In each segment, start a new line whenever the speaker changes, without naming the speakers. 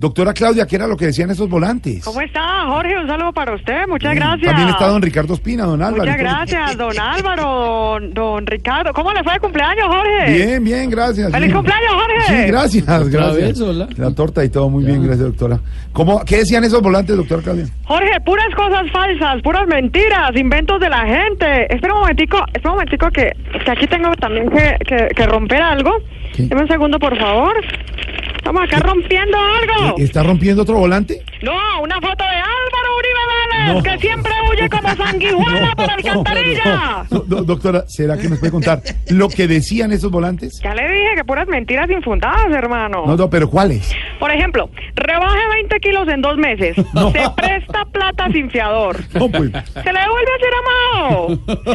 Doctora Claudia, ¿qué era lo que decían esos volantes? Mm.
¿Cómo está, Jorge? Un saludo para usted. Muchas gracias.
También está don Ricardo Espina, don Álvaro.
Muchas gracias, don Álvaro, don, don Ricardo. ¿Cómo le fue de cumpleaños, Jorge?
Bien, bien, gracias.
¡Feliz
sí.
cumpleaños,
Sí,
Jorge!
gracias, gracias.
vez, hola.
La torta y todo, muy bien, gracias, doctora. ¿Cómo, ¿Qué decían esos volantes, doctora Claudia?
Jorge, puras cosas falsas, puras mentiras, inventos de la gente. Espera un momentico, espera un momentico que, que aquí tengo también que, que- que romper algo.
¿Qué?
Deme un segundo, por favor. Estamos acá rompiendo algo.
Eh, ¿Está rompiendo otro volante?
No, una foto de Álvaro Uribe Vélez,
No.
que siempre huye como sanguijuela por alcantarilla.
No, do- doctora, ¿será que nos puede contar lo que decían esos volantes?
Ya le dije que puras mentiras infundadas, hermano.
No, no, pero ¿cuáles?
Por ejemplo, rebaje 20 kilos en dos meses.
No.
Se presta plata sin fiador.
No, pues,
Se le devuelve a ser amado.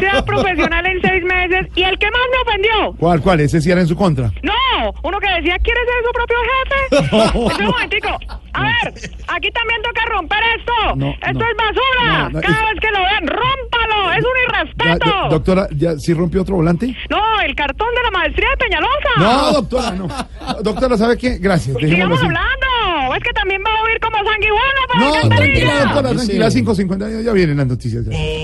Sea profesional en seis meses. Y el que más me ofendió.
¿Cuál, cuál? Ese sí era en su contra.
No, uno que decía, ¿quiere ser su propio jefe?
No.
Espera un momentico. A ver, aquí también toca romper esto.
No,
esto
no.
es basura.
No, no,
Cada
es-
vez que lo vean, rómpalo. Es un
Ya,
irrespeto.
do- doctora, ¿ya sí rompió otro volante?
no, el cartón de la maestría de Peñalosa.
No, doctora, no. Doctora, ¿sabe qué? Gracias. dejémoslo
Sigamos
así.
hablando. Es que también va a huir como sanguijuela para
No,
alcantarilla.
tranquila, doctora,
Sí.
tranquila. 5.50 ya vienen las noticias. ya.